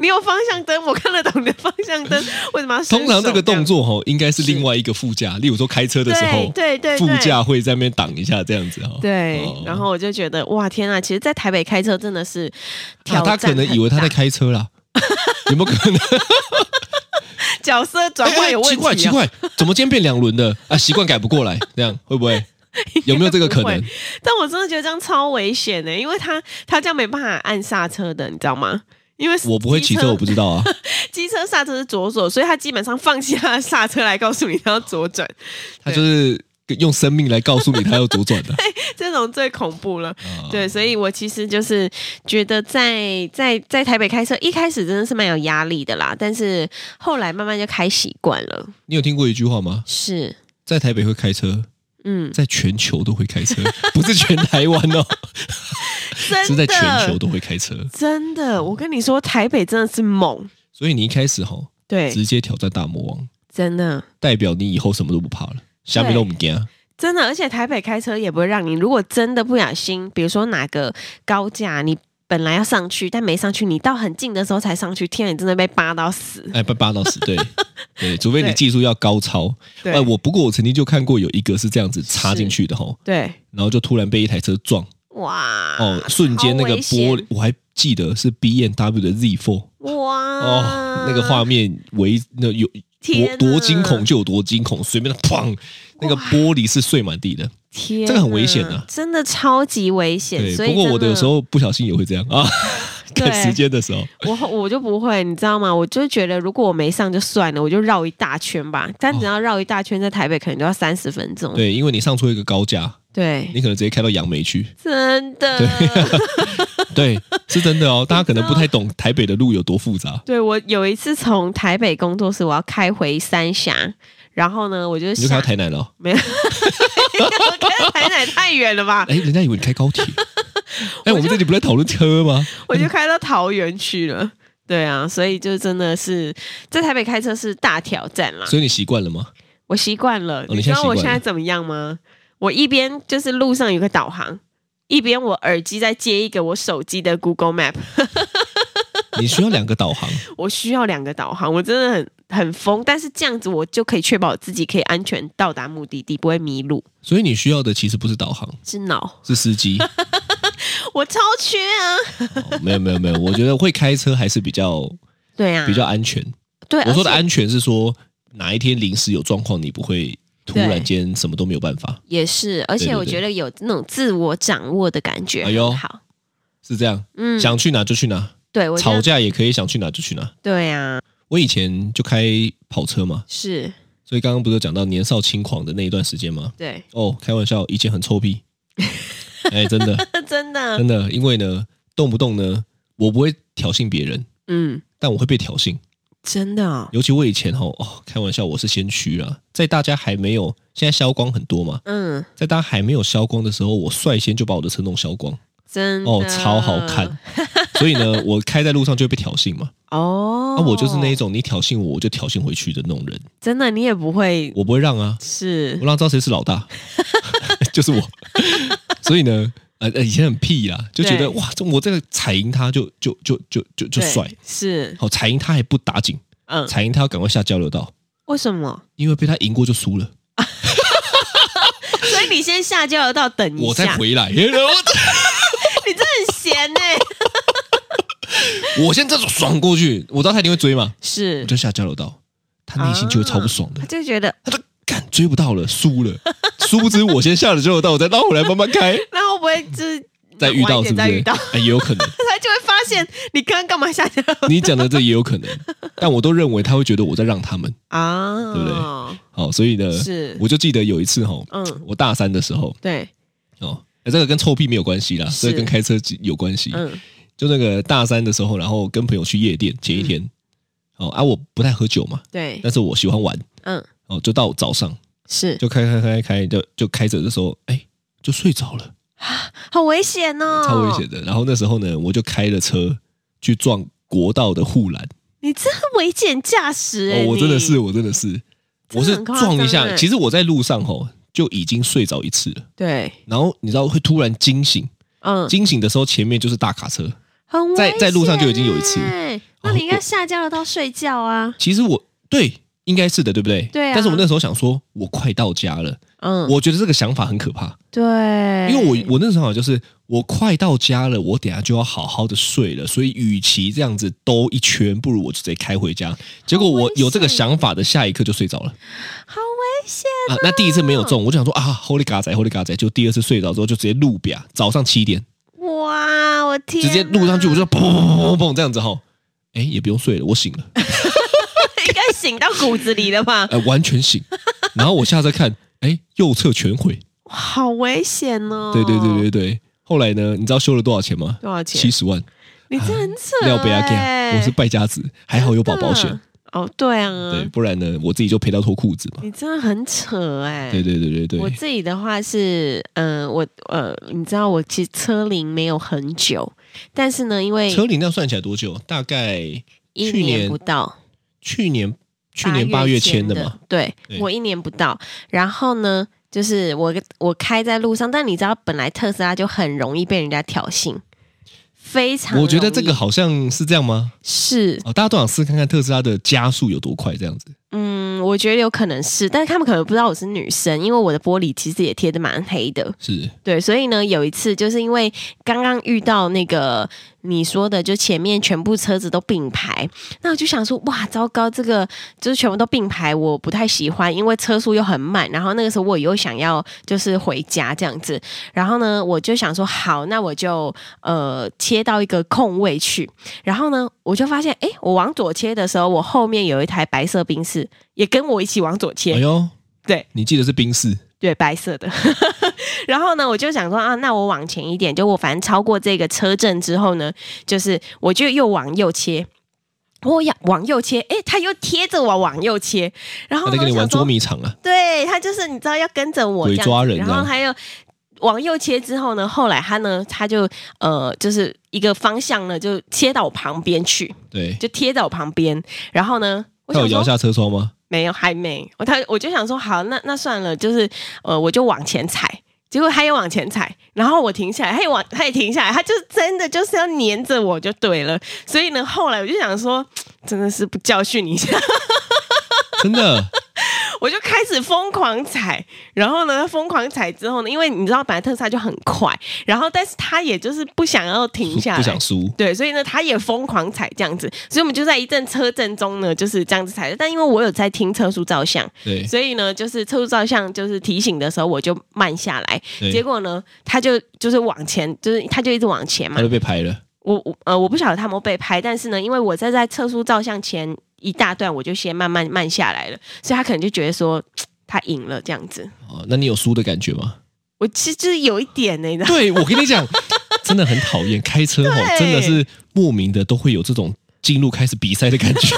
[SPEAKER 2] 你有方向灯，我看得懂你的方向灯，为什么要伸
[SPEAKER 3] 通常这
[SPEAKER 2] 手
[SPEAKER 3] 个
[SPEAKER 2] 样
[SPEAKER 3] 动作哈、哦，应该是另外一个副驾，例如说开车的时候，
[SPEAKER 2] 对对对
[SPEAKER 3] 副
[SPEAKER 2] 对
[SPEAKER 3] 驾会在那边挡一下这样子哈、哦。
[SPEAKER 2] 对
[SPEAKER 3] 哦，
[SPEAKER 2] 然后我就觉得哇天啊，其实，在台北开车真的是挑战、
[SPEAKER 3] 啊，他可能以为他在，开车啦，有没有可能？
[SPEAKER 2] 角色转换有问题、啊
[SPEAKER 3] 哎哎奇 怪，奇怪，怎么今天变两轮的啊？习惯改不过来，这样会 不会？有没有这个可能？
[SPEAKER 2] 但我真的觉得这样超危险的、欸因为他他这样没办法按刹车的，你知道吗？因为
[SPEAKER 3] 我不会骑车，我不知道啊。
[SPEAKER 2] 机车刹车是左手，所以他基本上放弃他的刹车来告诉你他要左转，
[SPEAKER 3] 他就是用生命来告诉你他要左转的。
[SPEAKER 2] 这种最恐怖了。
[SPEAKER 3] 啊
[SPEAKER 2] 对，所以我其实就是觉得在在在台北开车，一开始真的是蛮有压力的啦，但是后来慢慢就开习惯了。
[SPEAKER 3] 你有听过一句话吗？
[SPEAKER 2] 是，
[SPEAKER 3] 在台北会开车，
[SPEAKER 2] 嗯，
[SPEAKER 3] 在全球都会开车， 不是全台湾哦，
[SPEAKER 2] 真的
[SPEAKER 3] 是在全球都会开车。
[SPEAKER 2] 真的，我跟你说，台北真的是猛，
[SPEAKER 3] 所以你一开始哈，
[SPEAKER 2] 对，
[SPEAKER 3] 直接挑战大魔王，
[SPEAKER 2] 真的，代
[SPEAKER 3] 代表你以后什么都不怕了。下面都不惊，
[SPEAKER 2] 真的，而且台北开车也不会让你，如果真的不小心，比如说哪个高架你本来要上去，但没上去，你到很近的时候才上去，天啊，你真的被扒到死。
[SPEAKER 3] 哎，被八到 死，对对，除非你
[SPEAKER 2] 对
[SPEAKER 3] 技术要高超。
[SPEAKER 2] 对
[SPEAKER 3] 哎，我不过我曾经就看过有一个是这样子插进去的哈，
[SPEAKER 2] 对，
[SPEAKER 3] 然后就突然被一台车撞，
[SPEAKER 2] 哇，
[SPEAKER 3] 哦，瞬间那
[SPEAKER 2] 啊超
[SPEAKER 3] 个
[SPEAKER 2] 危险
[SPEAKER 3] 玻璃，我还记得是 B N W 的 Z Four，
[SPEAKER 2] 哇，
[SPEAKER 3] 哦，那个画面为那有
[SPEAKER 2] 啊天啊
[SPEAKER 3] 多多惊恐就有多惊恐，随便的砰，那个玻璃是碎满地的。
[SPEAKER 2] 天啊，
[SPEAKER 3] 这个很危险啊
[SPEAKER 2] 真的超级危险。
[SPEAKER 3] 对，
[SPEAKER 2] 所以
[SPEAKER 3] 不过我的有时
[SPEAKER 2] 真
[SPEAKER 3] 候不小心也会这样啊，
[SPEAKER 2] 对
[SPEAKER 3] 赶时间的时候，
[SPEAKER 2] 我后我就不会，你知道吗？我就觉得如果我没上就算了，我就绕一大圈吧。但只要绕一大圈，在台北可能都要三十分钟。
[SPEAKER 3] 哦对，因为你上出一个高架，
[SPEAKER 2] 对，
[SPEAKER 3] 你可能直接开到杨梅去。
[SPEAKER 2] 真的。
[SPEAKER 3] 对，是真的哦，大家可能不太懂台北的路有多复杂。
[SPEAKER 2] 对我有一次从台北工作室，我要开回三峡，然后呢，我就
[SPEAKER 3] 你就开
[SPEAKER 2] 下
[SPEAKER 3] 到台南了哦，
[SPEAKER 2] 没有， 我跟台南太远了吧？
[SPEAKER 3] 哎，人家以为你开高 铁。哎，我们这里不是在讨论车吗？
[SPEAKER 2] 我就开到桃园去了。对啊，所以就真的是在台北开车是大挑战啦。
[SPEAKER 3] 所以你习惯了吗？
[SPEAKER 2] 我习惯了，
[SPEAKER 3] 哦你
[SPEAKER 2] 知
[SPEAKER 3] 现在
[SPEAKER 2] 道我
[SPEAKER 3] 习
[SPEAKER 2] 现
[SPEAKER 3] 惯
[SPEAKER 2] 在
[SPEAKER 3] 了
[SPEAKER 2] 怎么样吗？我一边就是路上有个导航，一边我耳机在接一个我手机的 Google Map，
[SPEAKER 3] 你需要两个导航。
[SPEAKER 2] 我需要两个导航，我真的很很疯，但是这样子我就可以确保自己可以安全到达目的地，不会迷路。
[SPEAKER 3] 所以你需要的其实不是导航，
[SPEAKER 2] 是脑，
[SPEAKER 3] 是 司机。
[SPEAKER 2] 我超缺啊！
[SPEAKER 3] 哦没有没有没有，我觉得会开车还是比较
[SPEAKER 2] 对啊，
[SPEAKER 3] 比较安全。
[SPEAKER 2] 对，
[SPEAKER 3] 我说的
[SPEAKER 2] 而且
[SPEAKER 3] 安全是说哪一天临时有状况，你不会突然间什么都没有办法，
[SPEAKER 2] 也是，而
[SPEAKER 3] 对
[SPEAKER 2] 且
[SPEAKER 3] 对
[SPEAKER 2] 我
[SPEAKER 3] 对
[SPEAKER 2] 觉得有那种自我掌握的感觉，
[SPEAKER 3] 哎呦
[SPEAKER 2] 很好，
[SPEAKER 3] 是这样。
[SPEAKER 2] 嗯，
[SPEAKER 3] 想去哪就去哪，
[SPEAKER 2] 对，我觉
[SPEAKER 3] 吵
[SPEAKER 2] 得
[SPEAKER 3] 架也可以想去哪就去哪。
[SPEAKER 2] 对啊，
[SPEAKER 3] 我以前就开跑车嘛，
[SPEAKER 2] 是
[SPEAKER 3] 所以刚刚不是有讲到年少轻狂的那一段时间吗？
[SPEAKER 2] 对，
[SPEAKER 3] 哦，开玩笑，以前很臭屁，哎，真的
[SPEAKER 2] 真的，
[SPEAKER 3] 真的，因为呢，动不动呢，我不会挑衅别人，
[SPEAKER 2] 嗯，
[SPEAKER 3] 但我会被挑衅。
[SPEAKER 2] 真的哦，
[SPEAKER 3] 尤其我以前哦，哦，开玩笑，我是先驱啦，在大家还没有现在消光很多嘛，
[SPEAKER 2] 嗯，
[SPEAKER 3] 在大家还没有消光的时候，我率先就把我的车弄消光，
[SPEAKER 2] 真的
[SPEAKER 3] 哦，超好 看。所以呢，我开在路上就会被挑衅嘛，
[SPEAKER 2] 哦。
[SPEAKER 3] 那、啊我就是那一种你挑衅我，我就挑衅回去的那种人，
[SPEAKER 2] 真的，你也不会
[SPEAKER 3] 我不会让啊，
[SPEAKER 2] 是
[SPEAKER 3] 我让知道谁是老大， 就是我。所以呢，呃，呃以前很屁啦，就觉
[SPEAKER 2] 对
[SPEAKER 3] 得哇，这我这个踩赢他就就就就就就
[SPEAKER 2] 对
[SPEAKER 3] 帅，
[SPEAKER 2] 是
[SPEAKER 3] 好踩赢他还不打紧，
[SPEAKER 2] 嗯，
[SPEAKER 3] 踩赢他要赶快下交流道，
[SPEAKER 2] 为什 么？
[SPEAKER 3] 因为被他赢过就输了，
[SPEAKER 2] 所以你先下交流道等一下，
[SPEAKER 3] 我再回来，因为我
[SPEAKER 2] 你真的很闲呢、
[SPEAKER 3] 我先这种爽过去，我知道他一定会追嘛，
[SPEAKER 2] 是啊
[SPEAKER 3] 我，就下交流道，他内心就会超不爽的
[SPEAKER 2] 他，就觉得，
[SPEAKER 3] 他就干追不到了，输了， 殊不知我先下了交流道，我再绕回来慢慢开，
[SPEAKER 2] 那会不会就是
[SPEAKER 3] 再遇
[SPEAKER 2] 晚
[SPEAKER 3] 到
[SPEAKER 2] 一
[SPEAKER 3] 是
[SPEAKER 2] 点
[SPEAKER 3] 不
[SPEAKER 2] 再
[SPEAKER 3] 是？
[SPEAKER 2] 遇到，
[SPEAKER 3] 哎也有可能。
[SPEAKER 2] 他就会发现你刚刚干嘛 下交流道
[SPEAKER 3] 你讲的这也有可能，但我都认为他会觉得我在让他们。
[SPEAKER 2] 啊？
[SPEAKER 3] 对不哦，所以呢，
[SPEAKER 2] 是，
[SPEAKER 3] 我就记得有一次哦，
[SPEAKER 2] 嗯，
[SPEAKER 3] 我大三的时候
[SPEAKER 2] 对，
[SPEAKER 3] 哦，呃这个跟臭屁没有关系啦，
[SPEAKER 2] 是
[SPEAKER 3] 这个跟开车有关系。
[SPEAKER 2] 嗯
[SPEAKER 3] 就那个大三的时候，然后跟朋友去夜店，前一
[SPEAKER 2] 嗯
[SPEAKER 3] 天、哦啊，我不太喝酒嘛，
[SPEAKER 2] 对，
[SPEAKER 3] 但是我喜欢玩
[SPEAKER 2] 嗯
[SPEAKER 3] 哦，就到早上
[SPEAKER 2] 是，
[SPEAKER 3] 就开开开开，就就开着的时候，哎，就睡着了，
[SPEAKER 2] 好危险哦，
[SPEAKER 3] 超危险的。然后那时候呢，我就开了车去撞国道的护栏。
[SPEAKER 2] 你这危险驾驶哎、
[SPEAKER 3] 哦，我真的是，
[SPEAKER 2] 你
[SPEAKER 3] 我真的是，
[SPEAKER 2] 真的
[SPEAKER 3] 我是
[SPEAKER 2] 很夸张
[SPEAKER 3] 撞一下。
[SPEAKER 2] 欸
[SPEAKER 3] 其实我在路上吼就已经睡着一次了，
[SPEAKER 2] 对，
[SPEAKER 3] 然后你知道会突然惊醒，
[SPEAKER 2] 嗯，
[SPEAKER 3] 惊醒的时候前面就是大卡车。
[SPEAKER 2] 很危
[SPEAKER 3] 在
[SPEAKER 2] 险
[SPEAKER 3] 在路上就已经有一次
[SPEAKER 2] 欸那你应该下交流道睡觉啊，
[SPEAKER 3] 其实我对应该是的，对不对？
[SPEAKER 2] 对啊
[SPEAKER 3] 但是我那时候想说，我快到家了，
[SPEAKER 2] 嗯，
[SPEAKER 3] 我觉得这个想法很可怕，
[SPEAKER 2] 对，
[SPEAKER 3] 因为我我那时候就是我快到家了，我等下就要好好的睡了，所以与其这样子兜一圈，不如我就直接开回家。结果
[SPEAKER 2] 好危
[SPEAKER 3] 我有这个
[SPEAKER 2] 险
[SPEAKER 3] 想法的下一刻就睡着了。
[SPEAKER 2] 好危险，
[SPEAKER 3] 啊，那第一次没有中，我就想说啊，Holy 嘎仔，Holy 嘎仔，就第二次睡着之后就直接路表，早上七点
[SPEAKER 2] 哇，我天哪，
[SPEAKER 3] 直接路上去，我就砰砰砰砰砰砰这样子吼，哎，也不用睡了，我醒了，
[SPEAKER 2] 应该醒到骨子里了吧？
[SPEAKER 3] 哎，完 全醒。然后我下车看，哎，右侧全毁，
[SPEAKER 2] 好危险哦！
[SPEAKER 3] 对对对对对。后来呢，你知道修了多少钱吗？
[SPEAKER 2] 多少
[SPEAKER 3] 七
[SPEAKER 2] 钱？
[SPEAKER 3] 十万，
[SPEAKER 2] 你这很扯
[SPEAKER 3] 啊廖贝阿
[SPEAKER 2] 哎
[SPEAKER 3] 给，我是败家子，还好有保保险，
[SPEAKER 2] 哦，对啊，
[SPEAKER 3] 对，不然呢，我自己就赔到脱裤子嘛。
[SPEAKER 2] 你真的很扯哎、
[SPEAKER 3] 对对对对
[SPEAKER 2] 嗯我
[SPEAKER 3] 对，
[SPEAKER 2] 自己的话是，嗯、我呃，你知道我其实车龄没有很久，但是呢，因为
[SPEAKER 3] 车龄那算起来多久？大概
[SPEAKER 2] 一
[SPEAKER 3] 去
[SPEAKER 2] 年
[SPEAKER 3] 年
[SPEAKER 2] 不到，
[SPEAKER 3] 去年去年八月签的嘛，，
[SPEAKER 2] 对
[SPEAKER 3] 对
[SPEAKER 2] 我一年不到。然后呢，就是我我开在路上，但你知道，本来特斯拉就很容易被人家挑衅，非常容易。
[SPEAKER 3] 我觉得这个好像是这样吗？
[SPEAKER 2] 是，
[SPEAKER 3] 哦，大家都想试看看特斯拉的加速有多快，这样子。
[SPEAKER 2] 嗯，我觉得有可能是，但是他们可能不知道我是女生，因为我的玻璃其实也贴的蛮黑的。
[SPEAKER 3] 是，
[SPEAKER 2] 对，所以呢，有一次就是因为刚刚遇到那个你说的，就前面全部车子都并排，那我就想说，哇，糟糕，这个就是全部都并排，我不太喜欢，因为车速又很慢。然后那个时候我又想要就是回家这样子，然后呢，我就想说，好，那我就呃切到一个空位去。然后呢，我就发现，诶，我往左切的时候，我后面有一台白色宾士也跟我一起往左切
[SPEAKER 3] 哎，呦，
[SPEAKER 2] 对
[SPEAKER 3] 你记得是冰室，
[SPEAKER 2] 对，白色的。 然后呢，我就想说啊，那我往前一点，就我反正超过这个车阵之后呢，就是我就又往右切，我要往右切，诶，他又贴着我往右切，然后
[SPEAKER 3] 他
[SPEAKER 2] 呢
[SPEAKER 3] 在跟你
[SPEAKER 2] 我
[SPEAKER 3] 玩
[SPEAKER 2] 想说
[SPEAKER 3] 捉迷藏啊。
[SPEAKER 2] 对他就是你知道要跟着我
[SPEAKER 3] 鬼
[SPEAKER 2] 这样子
[SPEAKER 3] 抓人啊
[SPEAKER 2] 然后他又往右切之后呢，后来他呢他就呃就是一个方向呢就切到我旁边去，
[SPEAKER 3] 对，
[SPEAKER 2] 就贴在我旁边，然后呢。我
[SPEAKER 3] 他有
[SPEAKER 2] 想
[SPEAKER 3] 摇
[SPEAKER 2] 说。
[SPEAKER 3] 下车窗吗？
[SPEAKER 2] 没有，还没。我他我就想说，好，那那算了，就是呃，我就往前踩。结果他也往前踩，然后我停下来，他也往他也停下来，他就真的就是要黏着我就对了。所以呢，后来我就想说，真的是不教训你一下，
[SPEAKER 3] 真的，
[SPEAKER 2] 我就开始疯狂踩。然后呢，疯狂踩之后呢，因为你知道，本来特斯拉就很快，然后但是他也就是不想要停 下来，哎
[SPEAKER 3] 不想输。
[SPEAKER 2] 对，所以呢，他也疯狂踩这样子，所以我们就在一阵车阵中呢，就是这样子踩。但因为我有在听车速照相，
[SPEAKER 3] 对，
[SPEAKER 2] 所以呢，就是测速照相，就是提醒的时候我就慢下来，
[SPEAKER 3] 对
[SPEAKER 2] 结果呢，他就就是往前，就是他就一直往前嘛
[SPEAKER 3] 他。就被拍了。
[SPEAKER 2] 我我呃，我不晓得他有没有被拍，但是呢，因为我在在测速照相前一大段，我就先慢慢慢下来了，所以他可能就觉得说他赢了这样子。
[SPEAKER 3] 哦，那你有输的感觉吗？
[SPEAKER 2] 我其实就是有一点呢、你知道，
[SPEAKER 3] 对，我跟你讲，真的很讨厌开车哦，
[SPEAKER 2] 对
[SPEAKER 3] 真的是莫名的都会有这种进入开始比赛的感觉。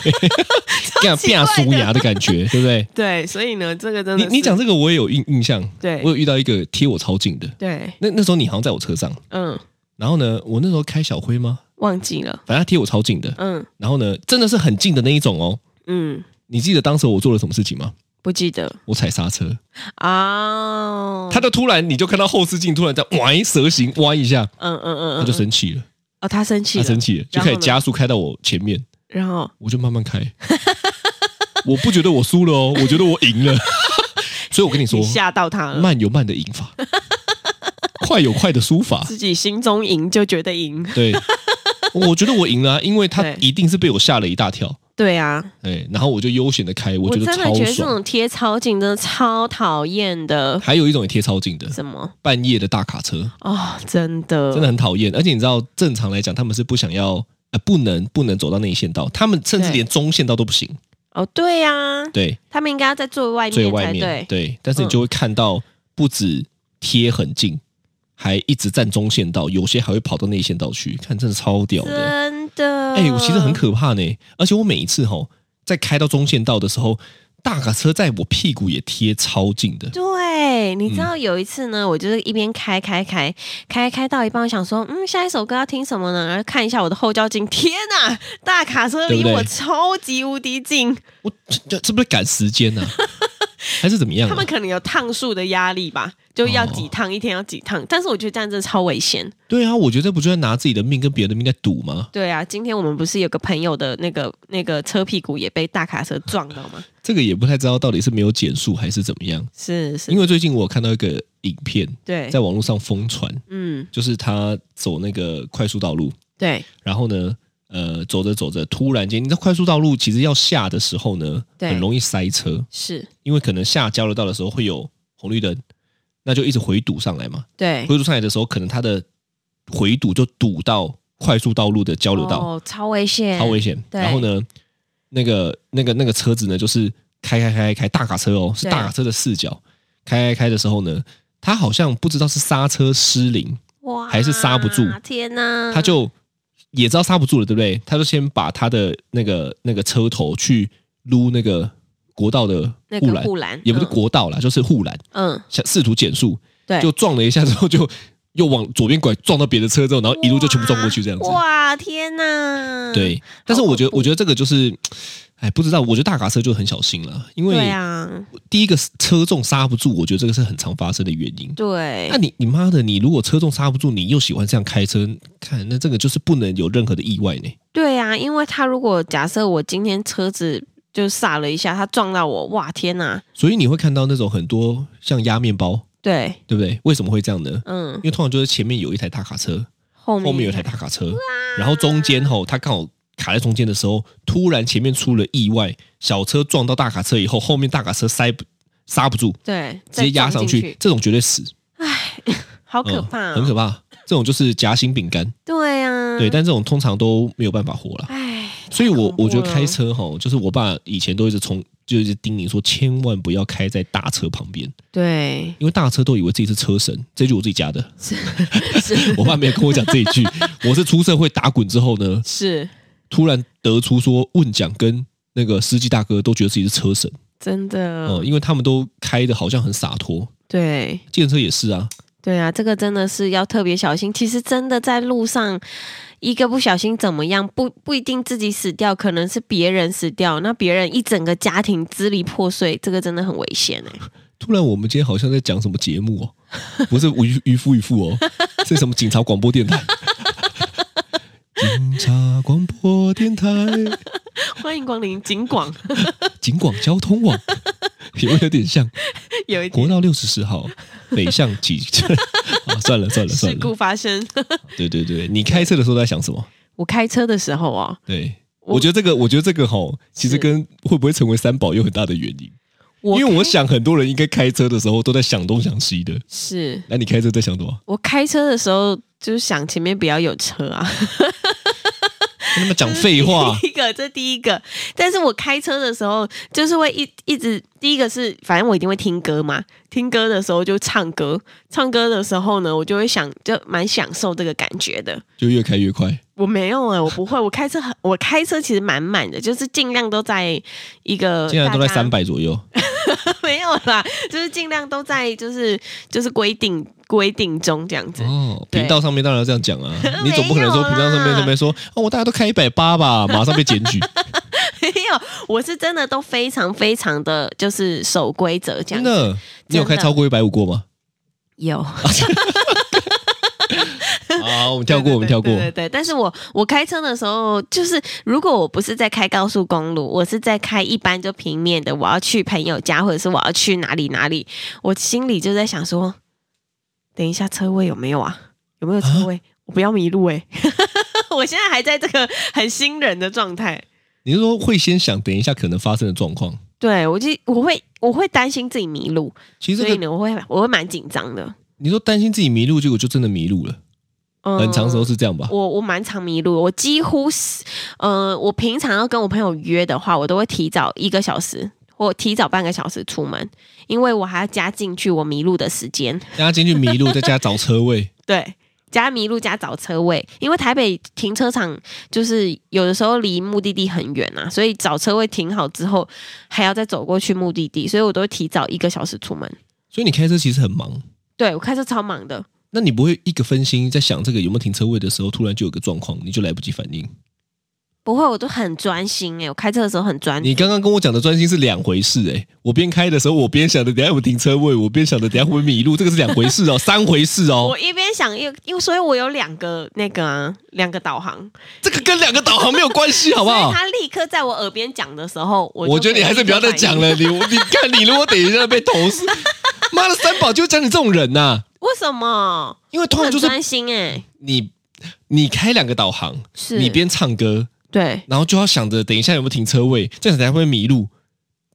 [SPEAKER 3] 这样
[SPEAKER 2] 奇怪的
[SPEAKER 3] 变俗牙的感觉，对不对？
[SPEAKER 2] 对，所以呢，这个真的
[SPEAKER 3] 你
[SPEAKER 2] 是
[SPEAKER 3] 你讲这个我也有印印象，
[SPEAKER 2] 对
[SPEAKER 3] 我有遇到一个贴我超近的，
[SPEAKER 2] 对，
[SPEAKER 3] 那那时候你好像在我车上，
[SPEAKER 2] 嗯，
[SPEAKER 3] 然后呢，我那时候开小灰吗？
[SPEAKER 2] 忘记了，
[SPEAKER 3] 反正他贴我超近的，
[SPEAKER 2] 嗯
[SPEAKER 3] 然后呢，真的是很近的那一种哦。
[SPEAKER 2] 嗯，
[SPEAKER 3] 你记得当时我做了什么事情吗？
[SPEAKER 2] 不记得
[SPEAKER 3] 我踩刹
[SPEAKER 2] 嗯
[SPEAKER 3] 车，
[SPEAKER 2] 哦，
[SPEAKER 3] 他就突然你就看到后视镜突然在弯蛇形弯一下，
[SPEAKER 2] 嗯嗯嗯，
[SPEAKER 3] 他
[SPEAKER 2] 嗯
[SPEAKER 3] 就生气了，
[SPEAKER 2] 哦，他生气
[SPEAKER 3] 他
[SPEAKER 2] 了，
[SPEAKER 3] 生气了，就
[SPEAKER 2] 然后
[SPEAKER 3] 开始
[SPEAKER 2] 呢
[SPEAKER 3] 加速开到我前面，
[SPEAKER 2] 然后
[SPEAKER 3] 我就慢慢开。 我不觉得我输了哦，我觉得我 赢了。所以我跟你说
[SPEAKER 2] 你，吓到他了，
[SPEAKER 3] 慢有慢的赢法，快有快的输 法。
[SPEAKER 2] 自己心中赢就觉得赢，
[SPEAKER 3] 对，我觉得我赢了啊、因为他
[SPEAKER 2] 对
[SPEAKER 3] 一定是被我吓了一大跳。
[SPEAKER 2] 对啊，
[SPEAKER 3] 哎，然后我就悠闲的开，我
[SPEAKER 2] 我
[SPEAKER 3] 觉得
[SPEAKER 2] 真的
[SPEAKER 3] 超
[SPEAKER 2] 觉得这
[SPEAKER 3] 爽。
[SPEAKER 2] 种贴超近真的超讨厌的，
[SPEAKER 3] 还有一种也贴超近的，
[SPEAKER 2] 什么
[SPEAKER 3] 半夜的大卡车，
[SPEAKER 2] 哦，真的
[SPEAKER 3] 真的很讨厌。而且你知道，正常来讲，他们是不想要，呃，不能不能走到内线道，他们甚至
[SPEAKER 2] 对
[SPEAKER 3] 连中线道都不行。
[SPEAKER 2] 哦，对呀、啊，
[SPEAKER 3] 对，
[SPEAKER 2] 他们应该要在最外
[SPEAKER 3] 最
[SPEAKER 2] 面
[SPEAKER 3] 外
[SPEAKER 2] 才
[SPEAKER 3] 面
[SPEAKER 2] 对，嗯
[SPEAKER 3] 对，但是你就会看到不止贴很近，还一直站中线道，有些还会跑到内线道去，看真的超屌的。
[SPEAKER 2] 真的，
[SPEAKER 3] 哎、我其实很可怕呢，而且我每一次吼在开到中线道的时候，大卡车在我屁股也贴超近的，
[SPEAKER 2] 对，你知
[SPEAKER 3] 嗯
[SPEAKER 2] 道有一次呢，我就是一边开开开开开到一半，我想说，嗯，下一首歌要听什么呢？然后看一下我的后照镜，天呐，大卡车
[SPEAKER 3] 对
[SPEAKER 2] 离
[SPEAKER 3] 不对
[SPEAKER 2] 我超级无敌近，
[SPEAKER 3] 我这这是不是赶时 间呢、还是怎么样、
[SPEAKER 2] 他
[SPEAKER 3] 啊
[SPEAKER 2] 们？可能有趟数的压力吧，就要几趟，一天要几
[SPEAKER 3] 哦
[SPEAKER 2] 趟。但是我觉得这样真的超危险。
[SPEAKER 3] 对啊，我觉得不就在拿自己的命跟别人的命在赌吗？
[SPEAKER 2] 对啊，今天我们不是有个朋友的那个那个车屁股也被大卡车撞到吗？
[SPEAKER 3] 这个也不太知道到底是没有减速还 是怎么样，
[SPEAKER 2] 是是，
[SPEAKER 3] 因为最近我有看到一个影片
[SPEAKER 2] 对
[SPEAKER 3] 在，网络上疯传，
[SPEAKER 2] 嗯，
[SPEAKER 3] 就是他走那个快速道路，
[SPEAKER 2] 对
[SPEAKER 3] 然后呢，呃，走着走着，突然间，你知道快速道路其实要下的时候呢，
[SPEAKER 2] 对
[SPEAKER 3] 很容易塞车，
[SPEAKER 2] 是，
[SPEAKER 3] 因为可能下交流道的时候会有红绿灯，那就一直回堵上来嘛。
[SPEAKER 2] 对，
[SPEAKER 3] 回堵上来的时候，可能它的回堵就堵到快速道路的交流道，
[SPEAKER 2] 哦，超危险，
[SPEAKER 3] 超危险。
[SPEAKER 2] 对
[SPEAKER 3] 然后呢，那个那个那个车子呢，就是开开开开大卡车哦，是
[SPEAKER 2] 对
[SPEAKER 3] 大卡车的视角，开开开的时候呢，它好像不知道是刹车失灵。
[SPEAKER 2] 哇，
[SPEAKER 3] 还是刹不住
[SPEAKER 2] 天呐，
[SPEAKER 3] 他就也知道刹不住了，对不对？他就先把他的那个那个车头去撸那个国道的
[SPEAKER 2] 那
[SPEAKER 3] 护
[SPEAKER 2] 个
[SPEAKER 3] 栏，
[SPEAKER 2] 护栏
[SPEAKER 3] 也不是，国道啦，就是护栏，
[SPEAKER 2] 嗯，嗯
[SPEAKER 3] 想试图减速，
[SPEAKER 2] 对，
[SPEAKER 3] 就撞了一下之后就又往左边拐，撞到别的车之后，然后一路就全部撞过去这样子。
[SPEAKER 2] 哇，天呐，
[SPEAKER 3] 对，但是我觉得，
[SPEAKER 2] 恐怖
[SPEAKER 3] 我觉得这个就是，哎，不知道，我觉得大卡车就很小心了，因为
[SPEAKER 2] 对啊，
[SPEAKER 3] 第一个车重刹不住，我觉得这个是很常发生的原因。
[SPEAKER 2] 对
[SPEAKER 3] 那，你你妈的，你如果车重刹不住，你又喜欢这样开车，看那这个就是不能有任何的意外呢。
[SPEAKER 2] 对啊，因为他如果假设我今天车子就刹了一下，他撞到我，哇，天呐，
[SPEAKER 3] 所以你会看到那种很多像压面包，
[SPEAKER 2] 对，
[SPEAKER 3] 对不对？为什么会这样呢？
[SPEAKER 2] 嗯
[SPEAKER 3] 因，为通常就是前面有一台大卡车，
[SPEAKER 2] 后面
[SPEAKER 3] 后面有一台大卡车，然后中间吼，它刚好卡在中间的时候，突然前面出了意外，小车撞到大卡车以后，后面大卡车塞不刹不住，
[SPEAKER 2] 对，
[SPEAKER 3] 直接压上
[SPEAKER 2] 再撞进
[SPEAKER 3] 去，，这种绝对死，
[SPEAKER 2] 好
[SPEAKER 3] 好
[SPEAKER 2] 可怕、哦啊
[SPEAKER 3] 很可怕。这种就是夹心饼干，
[SPEAKER 2] 对啊，
[SPEAKER 3] 对，但这种通常都没有办法活了。
[SPEAKER 2] 唉，
[SPEAKER 3] 所以我
[SPEAKER 2] 太恐怖
[SPEAKER 3] 我觉得
[SPEAKER 2] 了
[SPEAKER 3] 开车吼，就是我爸以前都一直从就一直叮咛说，千万不要开在大车旁边。
[SPEAKER 2] 对，
[SPEAKER 3] 因为大车都以为自己是车神，这句我自己加的。
[SPEAKER 2] 是
[SPEAKER 3] 我爸没有跟我讲这一句， 我是出社会打滚之后呢，
[SPEAKER 2] 是，
[SPEAKER 3] 突然得出说问奖跟那个司机大哥都觉得自己是车神，
[SPEAKER 2] 真的，
[SPEAKER 3] 嗯、因为他们都开的好像很洒脱，
[SPEAKER 2] 对
[SPEAKER 3] 电车也是啊，
[SPEAKER 2] 对啊，这个真的是要特别小心。其实真的在路上，一个不小心怎么样，不不一定自己死掉，可能是别人死掉，那别人一整个家庭支离破碎，这个真的很危险哎、
[SPEAKER 3] 突然，我们今天好像在讲什么节目哦， 不是渔渔夫渔妇哦， 是什么警察广播电台？ 警察广播电台，
[SPEAKER 2] 欢迎光临警广，
[SPEAKER 3] 警广交通网， 有没有点像？
[SPEAKER 2] 有一
[SPEAKER 3] 国
[SPEAKER 2] 点
[SPEAKER 3] 道六十 四号北向几？ 啊，算了算了算
[SPEAKER 2] 事
[SPEAKER 3] 了
[SPEAKER 2] 故，发生。
[SPEAKER 3] 对对对，你开车的时候在想什么？
[SPEAKER 2] 我开车的时候哦，
[SPEAKER 3] 对。
[SPEAKER 2] 我
[SPEAKER 3] 我觉得这个，我觉得这个吼，其实跟会不会成为三宝有很大的原因，
[SPEAKER 2] 我
[SPEAKER 3] 因为我
[SPEAKER 2] 开
[SPEAKER 3] 想很多人应该开车的时候都在想东想西的。
[SPEAKER 2] 是
[SPEAKER 3] 那你开车在想什么？
[SPEAKER 2] 我开车的时候，就是想前面不要有车啊。，
[SPEAKER 3] 跟他们讲废话
[SPEAKER 2] 第一个，这第一个。但是我开车的时候，就是会一一直第一个是，反正我一定会听歌嘛。听歌的时候就唱歌，唱歌的时候呢，我就会想，就蛮享受这个感觉的。
[SPEAKER 3] 就越开越快。
[SPEAKER 2] 我没有哎、我不会。我开车很，我开车其实满满的，就是尽量都在一个，
[SPEAKER 3] 竟然都在三，百左右，
[SPEAKER 2] 没有啦，就是尽量都在，就是就是规定规定中这样子。
[SPEAKER 3] 哦，
[SPEAKER 2] 对，
[SPEAKER 3] 频道上面当然要这样讲啊你总不可能说
[SPEAKER 2] 没有啦
[SPEAKER 3] 频道上面上面说哦，我大家都开一百八吧，马上被检举，
[SPEAKER 2] 没有，我是真的都非常非常的就是守规则 这样
[SPEAKER 3] 真
[SPEAKER 2] 子。
[SPEAKER 3] 的，你有开超过一百五过吗？
[SPEAKER 2] 有。
[SPEAKER 3] 啊，我们跳过，我们
[SPEAKER 2] 对
[SPEAKER 3] 跳过
[SPEAKER 2] 对，对对，但是我我开车的时候，就是如果我不是在开高速公路，我是在开一般就平面的，我要去朋友家或者是我要去哪里哪里，我心里就在想说，等一下车位有没有啊？有没有车位？我不要迷路哎、欸！ 我现在还在这个很新人的状态，
[SPEAKER 3] 你是说会先想等一下可能发生的状况？
[SPEAKER 2] 对我就我会我会担心自己迷路，
[SPEAKER 3] 其实
[SPEAKER 2] 所
[SPEAKER 3] 这
[SPEAKER 2] 以
[SPEAKER 3] 个，
[SPEAKER 2] 呢，我会我会蛮紧张的。
[SPEAKER 3] 你说担心自己迷路，结果就真的迷路了，
[SPEAKER 2] 嗯
[SPEAKER 3] 很长时候是这样吧？
[SPEAKER 2] 我我蛮常迷路的，我几乎是，呃，我平常要跟我朋友约的话，我都会提早一个小时或提早半个小时出门，因为我还要加进去我迷路的时间，
[SPEAKER 3] 大家进去迷路，在家找车位，
[SPEAKER 2] 对，加迷路加找车位，因为台北停车场就是有的时候离目的地很远啊，所以找车位停好之后还要再走过去目的地，所以我都会提早一个小时出门。
[SPEAKER 3] 所以你开车其实很忙。
[SPEAKER 2] 对我开车超忙的，
[SPEAKER 3] 那你不会一个分心在想这个有没有停车位的时候，突然就有个状况，你就来不及反应。
[SPEAKER 2] 不会，我都很专心诶、欸我开车的时候很专
[SPEAKER 3] 你刚刚跟我讲的专心是两回事诶、我边开的时候，我边想着等一下有没有停车位，我边想着等一下会不会迷路，这个是两回事哦，三回事哦
[SPEAKER 2] 我，一边想，因为因为所以我有两个那个啊，两个导航，
[SPEAKER 3] 这个跟两个导航没有关系，好不
[SPEAKER 2] 所
[SPEAKER 3] 好
[SPEAKER 2] 以？他立刻在我耳边讲的时候，我
[SPEAKER 3] 我觉得你还是不要再讲
[SPEAKER 2] 了。
[SPEAKER 3] 了，你你看你如果等一下被投诉，妈的三宝就讲你这种人呐、
[SPEAKER 2] 为什么？
[SPEAKER 3] 因为
[SPEAKER 2] 我
[SPEAKER 3] 通常
[SPEAKER 2] 很
[SPEAKER 3] 就是
[SPEAKER 2] 专心哎、
[SPEAKER 3] 你你开两个导航，
[SPEAKER 2] 是
[SPEAKER 3] 你边唱歌，
[SPEAKER 2] 对
[SPEAKER 3] 然后就要想着等一下有没有停车位，这样等一下会不会迷路，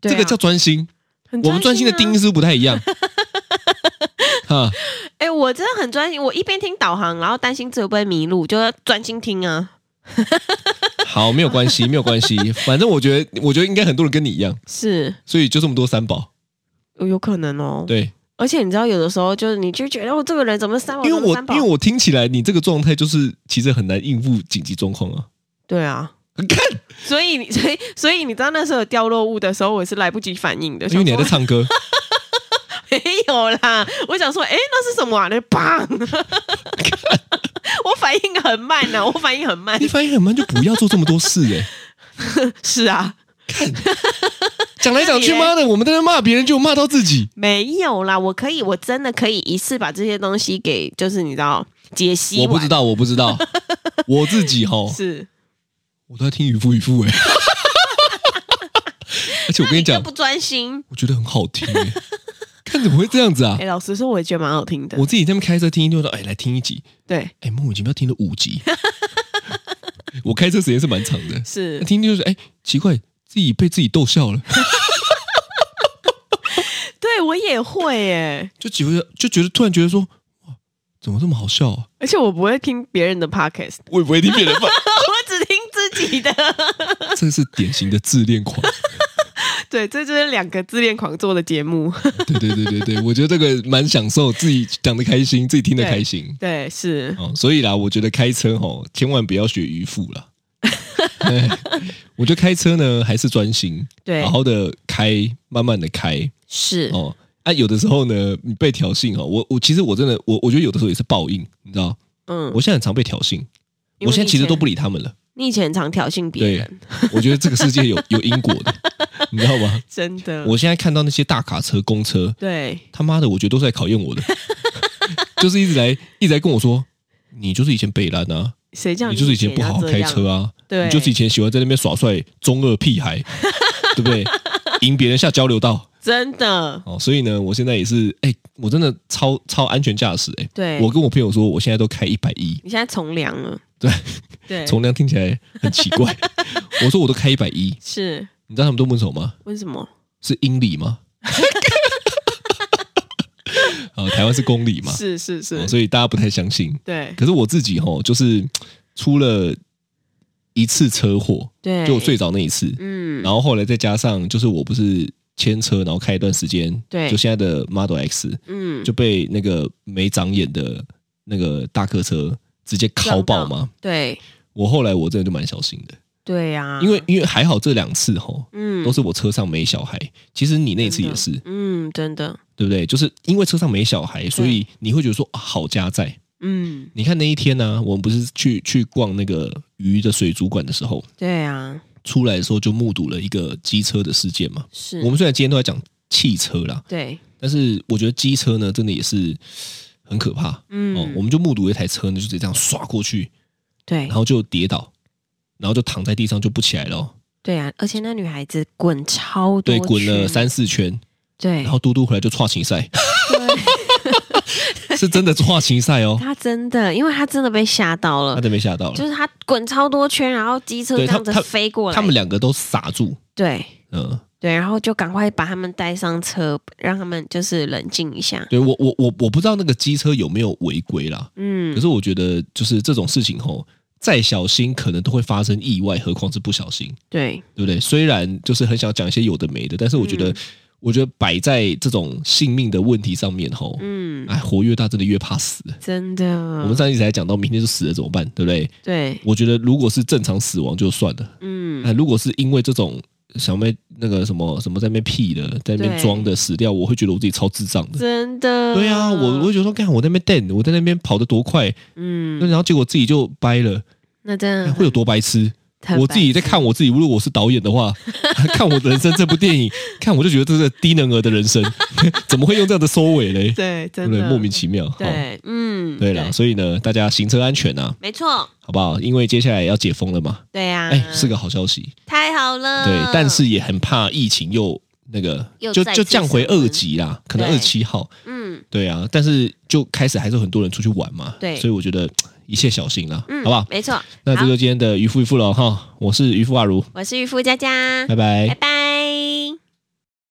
[SPEAKER 2] 对啊
[SPEAKER 3] 这个叫专心。
[SPEAKER 2] 很
[SPEAKER 3] 我们专心的盯
[SPEAKER 2] 啊。
[SPEAKER 3] 是不是不太一样。哈，
[SPEAKER 2] 哎、我真的很专心，我一边听导航，然后担心自己会不会迷路，就要专心听啊。
[SPEAKER 3] 好，没有关系，没有关系，反正我觉得，我觉得应该很多人跟你一样，
[SPEAKER 2] 是。
[SPEAKER 3] 所以就这么多三宝。
[SPEAKER 2] 有可能哦，
[SPEAKER 3] 对，
[SPEAKER 2] 而且你知道，有的时候就是你就觉得哦，这个人怎么三宝，
[SPEAKER 3] 因为
[SPEAKER 2] 怎么
[SPEAKER 3] 我
[SPEAKER 2] 三宝
[SPEAKER 3] 因为我听起来你这个状态就是其实很难应付紧急状况啊。
[SPEAKER 2] 对啊，
[SPEAKER 3] 看，
[SPEAKER 2] 所以你 所以所以你知道那时候有掉落物的时候，我是来不及反应的，
[SPEAKER 3] 因为你还
[SPEAKER 2] 想说
[SPEAKER 3] 在唱歌，
[SPEAKER 2] 没有啦，我想说，哎、那是什么啊？那棒！ 我反应很慢呢、我反应很慢
[SPEAKER 3] 你。反应很慢，就不要做这么多事哎、
[SPEAKER 2] 是啊，
[SPEAKER 3] 讲来讲去，
[SPEAKER 2] 那你嘞
[SPEAKER 3] 妈的，我们在那骂别人，就骂到自己。
[SPEAKER 2] 没有啦，我可以，我真的可以一次把这些东西给，就是你知道解析
[SPEAKER 3] 我
[SPEAKER 2] 完。
[SPEAKER 3] 不知道，我不 知道，我自己哈，
[SPEAKER 2] 是。
[SPEAKER 3] 我都在听渔夫渔夫哎。 而且我跟你
[SPEAKER 2] 那
[SPEAKER 3] 讲
[SPEAKER 2] 就，不专心。
[SPEAKER 3] 我觉得很好听哎，看怎么会这样子 啊
[SPEAKER 2] 哎、？老实说，我也觉得蛮好听的
[SPEAKER 3] 我。自己在那边开车听一听，我说哎，来听一集，
[SPEAKER 2] 对，
[SPEAKER 3] 哎，莫名其妙听了 五集。我开车时间是蛮长的，
[SPEAKER 2] 是
[SPEAKER 3] 听就是哎，奇怪，自己被自己逗笑了，
[SPEAKER 2] 对我也会耶，
[SPEAKER 3] 就觉得就觉得突然觉得说，哇，怎么这么好笑啊？
[SPEAKER 2] 而且我不会听别人的 podcast，
[SPEAKER 3] 我也不会听别人放，
[SPEAKER 2] 我只听自己的。
[SPEAKER 3] 这是典型的自恋狂。 啊
[SPEAKER 2] 对，这就是两个自恋狂做的节目。
[SPEAKER 3] 对对对对对，我觉得这个蛮享受，自己讲的开心，自己听的开心
[SPEAKER 2] 对，是
[SPEAKER 3] 哦。所以啦，我觉得开车哦，千万不要学渔夫啦。 哎我觉得开车呢，还是专心，
[SPEAKER 2] 对
[SPEAKER 3] 好好的开，慢慢的开
[SPEAKER 2] 是，
[SPEAKER 3] 哦。啊，有的时候呢，你被挑衅哦，我我其实我真的我我觉得有的时候也是报应，你知道，
[SPEAKER 2] 嗯
[SPEAKER 3] 我，现在很常被挑衅，
[SPEAKER 2] 因为
[SPEAKER 3] 我现在其
[SPEAKER 2] 以
[SPEAKER 3] 实
[SPEAKER 2] 前
[SPEAKER 3] 都不理他们了。
[SPEAKER 2] 你以前很常挑衅别
[SPEAKER 3] 对
[SPEAKER 2] 人，，
[SPEAKER 3] 我觉得这个世界有有因果的，你知道吗？
[SPEAKER 2] 真的。
[SPEAKER 3] 我现在看到那些大卡车、公车，
[SPEAKER 2] 对
[SPEAKER 3] 他妈的，我觉得都是在考验我的， 就是一直来一直来跟我说，你就是以前北烂啊，
[SPEAKER 2] 谁叫
[SPEAKER 3] 你就是以前不好好开车
[SPEAKER 2] 啊？
[SPEAKER 3] 啊，
[SPEAKER 2] 对
[SPEAKER 3] 你就是以前喜欢在那边耍帅中二屁孩， 对不对？赢别人下交流道
[SPEAKER 2] 真的
[SPEAKER 3] 哦，所以呢，我现在也是，哎、我真的超超安全驾驶、哎，
[SPEAKER 2] 对。
[SPEAKER 3] 我跟我朋友说，我现在都开一百一，
[SPEAKER 2] 你现在从良了，
[SPEAKER 3] 对，
[SPEAKER 2] 对，
[SPEAKER 3] 从良听起来很奇怪，我说我都开一百一，
[SPEAKER 2] 是
[SPEAKER 3] 你知道他们都问什么吗？
[SPEAKER 2] 为什么？
[SPEAKER 3] 是英里吗？ 啊、台湾是公里嘛，
[SPEAKER 2] 是是
[SPEAKER 3] 哦
[SPEAKER 2] 是，
[SPEAKER 3] 所以大家不太相信。
[SPEAKER 2] 对，
[SPEAKER 3] 可是我自己吼，就是出了一次车祸，
[SPEAKER 2] 对，
[SPEAKER 3] 就我最早那一次，
[SPEAKER 2] 嗯，
[SPEAKER 3] 然后后来再加上就是我不是牵车，然后开一段时间，
[SPEAKER 2] 对
[SPEAKER 3] 就现在的 Model X
[SPEAKER 2] 嗯，
[SPEAKER 3] 就被那个没长眼的那个大客车直接敲爆嘛。
[SPEAKER 2] 对
[SPEAKER 3] 我后来我真的就蛮小心的，
[SPEAKER 2] 对呀、
[SPEAKER 3] 因为因为还好这两次吼
[SPEAKER 2] 嗯
[SPEAKER 3] 都是我车上没小孩，其实你那次也是，
[SPEAKER 2] 嗯，真的，
[SPEAKER 3] 对不对？就是因为车上没小孩，所以你会觉得说、啊、好家在。
[SPEAKER 2] 嗯，
[SPEAKER 3] 你看那一天呢、我们不是去去逛那个鱼的水族馆的时候，
[SPEAKER 2] 对啊，
[SPEAKER 3] 出来的时候就目睹了一个机车的事件嘛。
[SPEAKER 2] 是，
[SPEAKER 3] 我们虽然今天都在讲汽车啦，
[SPEAKER 2] 对，
[SPEAKER 3] 但是我觉得机车呢，真的也是很可怕
[SPEAKER 2] 嗯，
[SPEAKER 3] 哦。我们就目睹一台车呢，就直接这样刷过去，
[SPEAKER 2] 对
[SPEAKER 3] 然后就跌倒，然后就躺在地上就不起来了哦。
[SPEAKER 2] 对啊，而且那女孩子滚超多，
[SPEAKER 3] 对，滚了，三四圈，
[SPEAKER 2] 对，
[SPEAKER 3] 然后嘟嘟回来就跨琴赛，
[SPEAKER 2] 对
[SPEAKER 3] 是真的跨琴赛 哦。
[SPEAKER 2] 她真的，因为她真的被吓到
[SPEAKER 3] 他
[SPEAKER 2] 了，
[SPEAKER 3] 真被吓到
[SPEAKER 2] 嗯
[SPEAKER 3] 了
[SPEAKER 2] 就，是她滚超多圈，然后机车这
[SPEAKER 3] 对他
[SPEAKER 2] 样子
[SPEAKER 3] 他
[SPEAKER 2] 飞过来，
[SPEAKER 3] 他们两个都傻住，
[SPEAKER 2] 对。
[SPEAKER 3] 嗯。
[SPEAKER 2] 对，然后就赶快把他们带上车，让他们就是冷静一下。
[SPEAKER 3] 对我我我我不知道那个机车有没有违规啦，
[SPEAKER 2] 嗯
[SPEAKER 3] 可，是我觉得就是这种事情吼，再小心可能都会发生意外，何况是不小心，
[SPEAKER 2] 对，
[SPEAKER 3] 对不对？虽然就是很想讲一些有的没的，但是我觉得，
[SPEAKER 2] 嗯
[SPEAKER 3] 我觉得摆在这种性命的问题上面吼，
[SPEAKER 2] 嗯，
[SPEAKER 3] 哎，活越大真的越怕死。
[SPEAKER 2] 真的。
[SPEAKER 3] 我们上一集才讲到，明天就死了怎么办，对不对？
[SPEAKER 2] 对，
[SPEAKER 3] 我觉得如果是正常死亡就算了，
[SPEAKER 2] 嗯，
[SPEAKER 3] 那如果是因为这种小妹那个什么什么在那边屁的，在那边
[SPEAKER 2] 对
[SPEAKER 3] 装的死掉，我会觉得我自己超智障的。
[SPEAKER 2] 真的。
[SPEAKER 3] 对啊，我我会觉得说，看我在那边蹬，我在那边跑得多快，
[SPEAKER 2] 嗯，
[SPEAKER 3] 那然后结果自己就掰了，
[SPEAKER 2] 那真的
[SPEAKER 3] 哎会有多白痴？
[SPEAKER 2] 很
[SPEAKER 3] 我自己在
[SPEAKER 2] 白痴
[SPEAKER 3] 看我自己，如果我是导演的话， 看我的人生这部电影，看我就觉得这是低能儿的人生， 怎么会用这样的收尾嘞？
[SPEAKER 2] 对，
[SPEAKER 3] 对
[SPEAKER 2] 真
[SPEAKER 3] 不对？
[SPEAKER 2] 的
[SPEAKER 3] 莫名其妙。哦
[SPEAKER 2] 对，嗯，
[SPEAKER 3] 对啦，所以呢，大家行车安全啊，
[SPEAKER 2] 没错，
[SPEAKER 3] 好不好？因为接下来要解封了嘛，
[SPEAKER 2] 对呀、
[SPEAKER 3] 哎，是个好消息。
[SPEAKER 2] 太好了。
[SPEAKER 3] 对，但是也很怕疫情又那个，
[SPEAKER 2] 嗯又
[SPEAKER 3] 就
[SPEAKER 2] 再
[SPEAKER 3] 就
[SPEAKER 2] 次
[SPEAKER 3] 降回
[SPEAKER 2] 升温
[SPEAKER 3] 二级啦，可能
[SPEAKER 2] 对
[SPEAKER 3] 二七号。
[SPEAKER 2] 嗯，
[SPEAKER 3] 对啊，但是就开始还是有很多人出去玩嘛，
[SPEAKER 2] 对
[SPEAKER 3] 所以我觉得一切小心啦，
[SPEAKER 2] 嗯，
[SPEAKER 3] 好不好？
[SPEAKER 2] 没错，
[SPEAKER 3] 那这
[SPEAKER 2] 好
[SPEAKER 3] 就是今天的渔夫渔夫了哈，我是渔夫阿如，
[SPEAKER 2] 嗯
[SPEAKER 3] 哎
[SPEAKER 2] 我是渔夫佳佳，
[SPEAKER 3] 拜拜
[SPEAKER 2] 拜拜